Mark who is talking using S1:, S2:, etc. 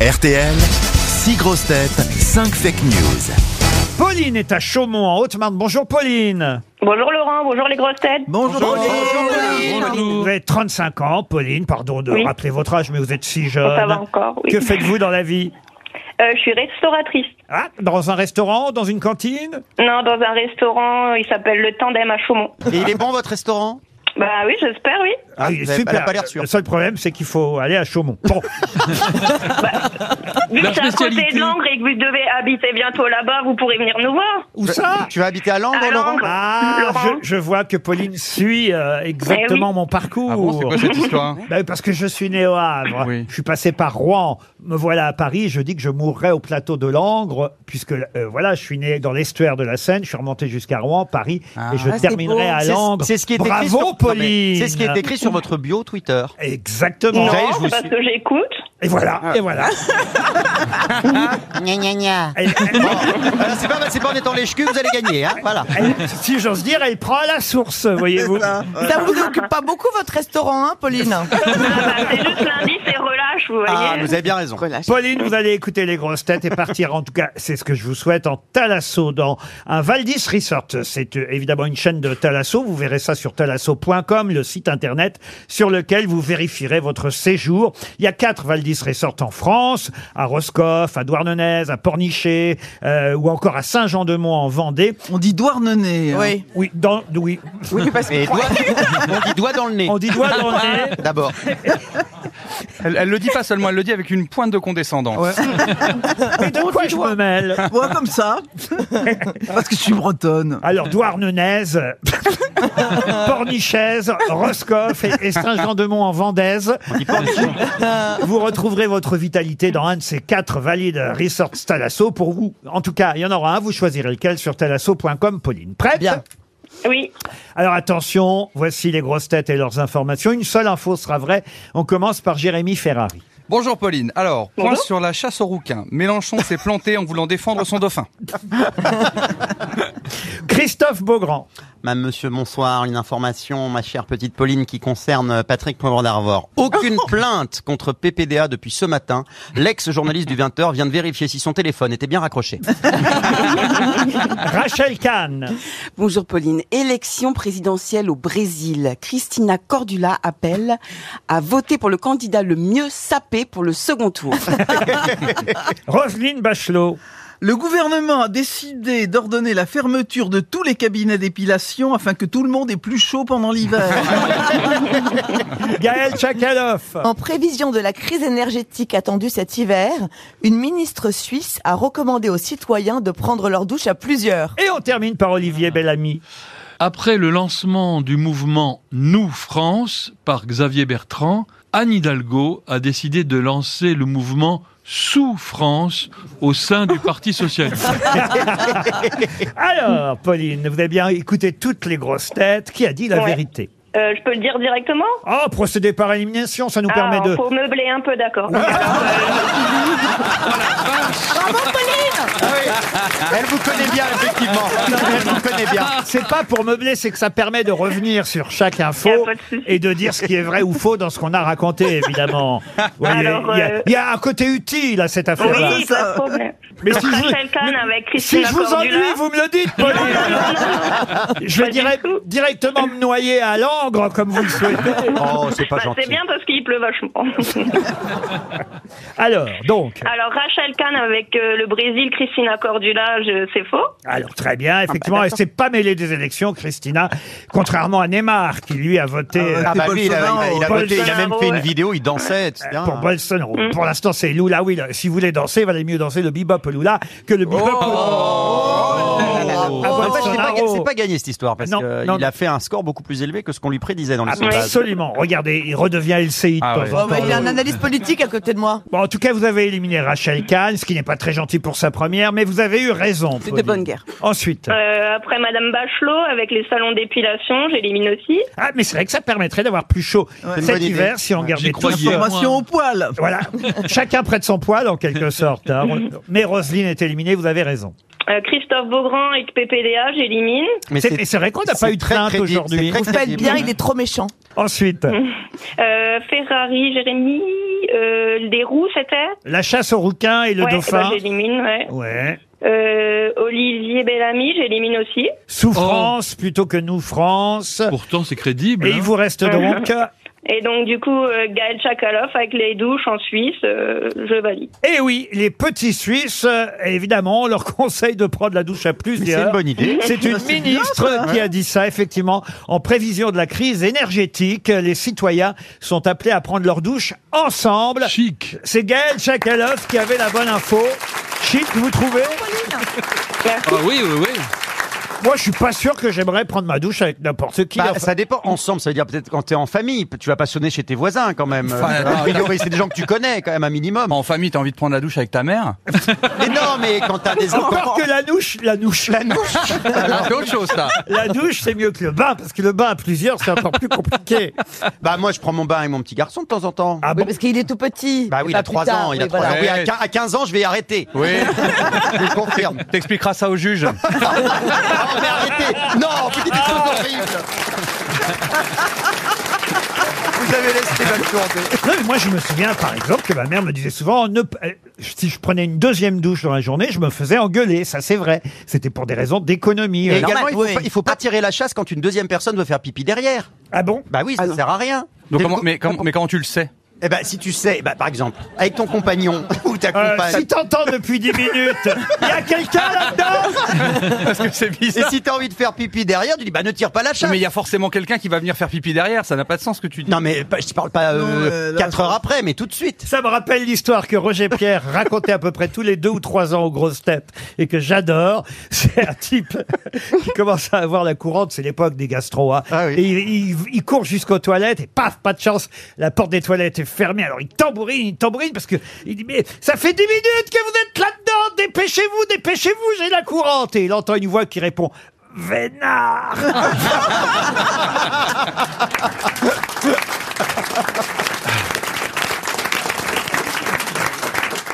S1: RTL, 6 grosses têtes, 5 fake news.
S2: Pauline est à Chaumont, en Haute-Marne. Bonjour Pauline.
S3: Bonjour Laurent, bonjour les grosses têtes.
S1: Bonjour,
S2: Vous avez 35 ans, Pauline. Pardon de
S3: Oui.
S2: rappeler votre âge, mais vous êtes si jeune.
S3: Ça va encore, oui.
S2: Que faites-vous dans la vie
S3: Euh, je suis restauratrice.
S2: Ah, dans un restaurant, dans une cantine
S3: Non, dans un restaurant, il s'appelle Le Tandem à Chaumont.
S4: Et il est bon votre restaurant
S3: Bah oui, j'espère, oui.
S2: Ah,
S4: vous avez- elle a pas l'air sûre.
S2: Le seul problème, c'est qu'il faut aller à Chaumont. Bon,
S3: Vu
S5: La
S3: que c'est à côté
S5: spécialité.
S3: de Langres et que vous devez habiter bientôt là-bas, vous pourrez venir nous voir.
S2: où ça
S4: Tu vas habiter à Langres,
S3: À
S4: Laurent
S3: Langres.
S2: Oh, bah, Ah,
S3: Laurent.
S2: je, je vois que Pauline suit euh, exactement
S3: Eh oui.
S2: mon parcours.
S5: Ah bon, c'est quoi cette histoire
S2: Bah oui, parce que je suis né au Havre.
S5: Oui.
S2: Je suis passé par Rouen. Me voilà à Paris. Je dis que je mourrai au plateau de Langres, puisque euh, voilà, je suis né dans l'estuaire de la Seine. Je suis remonté jusqu'à Rouen, Paris, et je
S4: Ah,
S2: terminerai à
S4: C'est-
S2: Langres.
S4: C'est ce qui est écrit
S2: Bravo,
S4: sur... non, mais
S2: Pauline.
S4: C'est ce qui est écrit sur votre bio Twitter. Oh.
S2: Exactement.
S3: Non,
S4: savez, je vous
S3: c'est parce
S4: suis-
S3: que j'écoute.
S2: Et voilà.
S4: Ah.
S2: Et voilà.
S4: Gna gna gna.
S2: Elle- elle-
S4: Bon, voilà, c'est pas mal, c'est pas en étant les que vous allez gagner, hein Voilà.
S2: elle- si j'ose dire, elle prend à la source, voyez-vous.
S6: Ça vous occupe pas beaucoup votre restaurant, hein, Pauline
S3: Ah, bah, c'est juste lundi, c'est relâche, vous voyez.
S4: Ah, vous avez bien raison.
S2: Pauline, vous allez écouter les grosses têtes et partir, en tout cas, c'est ce que je vous souhaite, en Thalasso, dans un Valdis Resort. C'est euh, évidemment une chaîne de Thalasso. Vous verrez ça sur thalasso.com, le site internet sur lequel vous vérifierez votre séjour. Il y a quatre Valdis Resort en France, à Roscoff, à Douarnenez, à Pornichet, euh, ou encore à Saint-Jean-de-Mont en Vendée.
S5: On dit Douarnenez. hein.
S6: Oui.
S2: Oui, dans, oui.
S4: Et doigt- on dit doigt dans le nez.
S2: On dit Douarnenez.
S4: D'abord.
S5: Elle, elle le dit pas seulement, elle le dit avec une pointe de condescendance.
S2: Mais de quoi je me mêle?
S7: Moi, comme ça. Parce que je suis bretonne.
S2: Alors, Douarnenez, Pornichaise, Roscoff et, et Saint-Jean-de-Mont en Vendèse. Vous retrouverez votre vitalité dans un de ces quatre valides resorts Talasso pour vous. En tout cas, il y en aura un, vous choisirez lequel sur talasso.com, Pauline. Prête
S6: Bien.
S3: Oui.
S2: Alors attention, voici les grosses têtes et leurs informations. Une seule info sera vraie. On commence par Jérémy Ferrari.
S5: Bonjour Pauline. Alors, point
S3: Bonjour.
S5: sur la chasse aux rouquins. Mélenchon s'est planté en voulant défendre son dauphin.
S2: Christophe Beaugrand.
S4: Madame, monsieur, bonsoir. Une information, ma chère petite Pauline, qui concerne Patrick Poivre d'Arvor. Aucune plainte contre PPDA depuis ce matin. L'ex-journaliste du 20h vient de vérifier si son téléphone était bien raccroché.
S2: Rachel Kahn.
S8: Bonjour Pauline. Élection présidentielle au Brésil. Christina Cordula appelle à voter pour le candidat le mieux sapé pour le second tour.
S2: Roselyne Bachelot.
S7: Le gouvernement a décidé d'ordonner la fermeture de tous les cabinets d'épilation afin que tout le monde ait plus chaud pendant l'hiver.
S2: Gaël Tchakaloff.
S6: En prévision de la crise énergétique attendue cet hiver, une ministre suisse a recommandé aux citoyens de prendre leur douche à plusieurs.
S2: Et on termine par Olivier Bellamy.
S9: Après le lancement du mouvement Nous France par Xavier Bertrand, Anne Hidalgo a décidé de lancer le mouvement Sous France au sein du Parti socialiste.
S2: Alors, Pauline, vous avez bien écouté toutes les grosses têtes. Qui a dit la
S3: Ouais.
S2: vérité
S3: Euh, je peux le dire directement
S2: Oh, procéder par élimination, ça nous permet
S3: Ah,
S2: de... Ah,
S3: faut meubler un peu, d'accord.
S4: Elle vous connaît bien, effectivement. Elle vous connaît bien.
S2: C'est pas pour meubler, c'est que ça permet de revenir sur chaque info
S3: Y a pas de souci.
S2: et de dire ce qui est vrai ou faux dans ce qu'on a raconté, évidemment. Vous voyez,
S3: Alors,
S2: Il y, a-
S3: euh,
S2: il y a un côté utile à cette affaire-là.
S3: Oui, pas de problème.
S2: Ah, Mais
S3: Donc,
S2: si je-
S3: Rachel Kahn avec
S2: Si
S3: Christina
S2: je vous
S3: Cordula.
S2: ennuie, vous me le dites, Pauline. Je vais direct- directement me noyer à l'angre, comme vous le souhaitez.
S4: Oh, c'est pas
S3: Bah,
S4: gentil.
S3: c'est bien parce qu'il pleut vachement.
S2: Alors, donc,
S3: Alors Rachel Kahn avec euh, le Brésil, Christina Cordula, je... c'est faux.
S2: Alors très bien, effectivement, elle s'est pas mêlée des élections, Christina, contrairement à Neymar qui lui a voté euh,
S4: Ah bah oui, il a, il a- il a
S2: Bolsonaro,
S4: voté, il a même fait une
S3: ouais.
S4: vidéo, il dansait, etc.
S2: pour Bolsonaro.
S4: Mm.
S2: Pour l'instant, c'est Lula. Oui, le- si vous voulez danser, il valait mieux danser le bebop Lula que le bebop.
S4: Ah bon, en fait, c'est pas,
S2: Bolsonaro.
S4: c'est pas gagné cette histoire parce
S2: Non, non. Ah,
S4: qu'il a fait un score beaucoup plus élevé que ce qu'on lui prédisait dans les sondages.
S2: Absolument. Regardez, il redevient LCI de
S5: Ah
S2: temps
S5: ouais.
S2: en
S6: Oh, mais
S2: temps.
S6: il y a un analyste politique à côté de moi.
S2: Bon, en tout cas, vous avez éliminé Rachel Kahn, ce qui n'est pas très gentil pour sa première, mais vous avez eu raison.
S8: C'était
S2: Pauline.
S8: bonne guerre.
S2: Ensuite.
S3: Euh, après Madame Bachelot avec les salons d'épilation, j'élimine aussi.
S2: Ah, mais c'est vrai que ça permettrait d'avoir plus chaud
S4: une
S2: cet
S4: bonne idée.
S2: hiver si on gardait
S9: J'y
S2: tout
S9: croyais.
S7: Formation au poil.
S2: Voilà, chacun prête son poil en quelque sorte. hein. Mais Roselyne est éliminée, vous avez raison.
S3: Euh, Christophe Beaugrand et PPDA, j'élimine.
S4: Mais
S2: C'est c'est vrai qu'on n'a pas
S4: c'est
S2: eu de
S4: très
S2: plainte
S4: crédible,
S2: aujourd'hui.
S4: c'est très
S6: Vous faites
S4: crédible.
S6: bien, il est trop méchant.
S2: Ensuite,
S3: Euh, Ferrari, Jérémy, euh, Desroux, c'était
S2: la chasse au rouquin et le
S3: Ouais, eh
S2: dauphin.
S3: ben, j'élimine, ouais.
S2: Ouais.
S3: Euh, Olivier Bellamy, j'élimine aussi.
S2: Souffrance
S4: Oh.
S2: plutôt que nous, France.
S9: Pourtant, c'est crédible.
S2: Et il
S9: hein.
S2: vous reste donc.
S3: Et donc, du coup, euh, Gaël Chakalov avec les douches en Suisse, euh, je valide.
S2: Eh oui, les petits Suisses, euh, évidemment, on leur conseille de prendre la douche à plus.
S4: C'est une
S2: d'ailleurs.
S4: bonne idée. Ah,
S2: C'est une
S7: c'est bien,
S2: ministre qui a dit ça, effectivement. En prévision de la crise énergétique, les citoyens sont appelés à prendre leur douche ensemble.
S9: Chic.
S2: C'est Gaël Chakalov qui avait la bonne info. Chic, vous trouvez
S9: Ah oui, oui, oui.
S2: Moi, je suis pas sûr que j'aimerais prendre ma douche avec n'importe qui.
S4: Bah,
S2: Enfin,
S4: ça dépend. Ensemble, ça veut dire peut-être quand t'es en famille, tu vas pas sonner chez tes voisins quand même.
S5: Enfin, ah,
S4: Euh,
S5: non,
S4: a priori, c'est des gens que tu connais quand même un minimum.
S5: En famille, t'as envie de prendre la douche avec ta mère
S4: Mais non, mais quand t'as des
S2: Encore que la douche, la douche, la douche,
S5: Ah, C'est autre chose, ça.
S2: la douche, c'est mieux que le bain, parce que le bain à plusieurs, c'est encore plus compliqué.
S4: Bah moi, je prends mon bain avec mon petit garçon de temps en temps.
S2: Ah
S6: Oui,
S2: bon
S6: parce qu'il est tout petit.
S4: Bah oui, il a 3 ans, il a 3 ans.
S5: voilà.
S4: Oui, à
S5: Ouais.
S4: quin- à 15 ans, je vais arrêter.
S5: Oui.
S4: Je vous confirme.
S5: T'expliqueras ça au juge.
S4: Ah, mais arrêtez Non, vous dites des choses horribles Vous avez laissé ma tournée.
S2: Non, mais moi, je me souviens, par exemple, que ma mère me disait souvent, ne p- euh, si je prenais une deuxième douche dans la journée, je me faisais engueuler. Ça, c'est vrai. C'était pour des raisons d'économie.
S4: Et
S2: Euh,
S4: également, il faut,
S6: oui.
S4: pas, il faut pas tirer la chasse quand une deuxième personne veut faire pipi derrière.
S2: Ah bon?
S4: Bah oui, ça
S8: Ah non.
S4: sert à rien.
S5: Donc,
S4: Dès
S5: comment,
S4: le-
S5: mais, comment, mais comment tu le sais
S4: Eh ben, si tu sais, bah, par exemple, avec ton compagnon ou ta
S2: Euh,
S4: compagne.
S2: si t'entends depuis 10 minutes, il y a quelqu'un là-dedans?
S5: Parce que c'est
S4: Et
S5: bizarre.
S4: si t'as envie de faire pipi derrière, tu dis bah ne tire pas la chasse.
S5: Mais il y a forcément quelqu'un qui va venir faire pipi derrière, ça n'a pas de sens ce que tu dis.
S4: Non mais pas- je parle pas
S7: Non, euh, là,
S4: 4 heures après, mais tout de suite.
S2: Ça me rappelle l'histoire que Roger Pierre racontait à peu près tous les deux ou trois ans aux grosses têtes et que j'adore. C'est un type qui commence à avoir la courante, c'est l'époque des gastro. hein.
S4: Ah oui.
S2: Et il, il- il court jusqu'aux toilettes et paf, pas de chance, la porte des toilettes est fermée. Alors il tambourine, il tambourine parce que il dit mais ça fait dix minutes que vous êtes là-dedans, dépêchez-vous, dépêchez-vous, j'ai la courante. Et il entend une voix qui répond. Vénard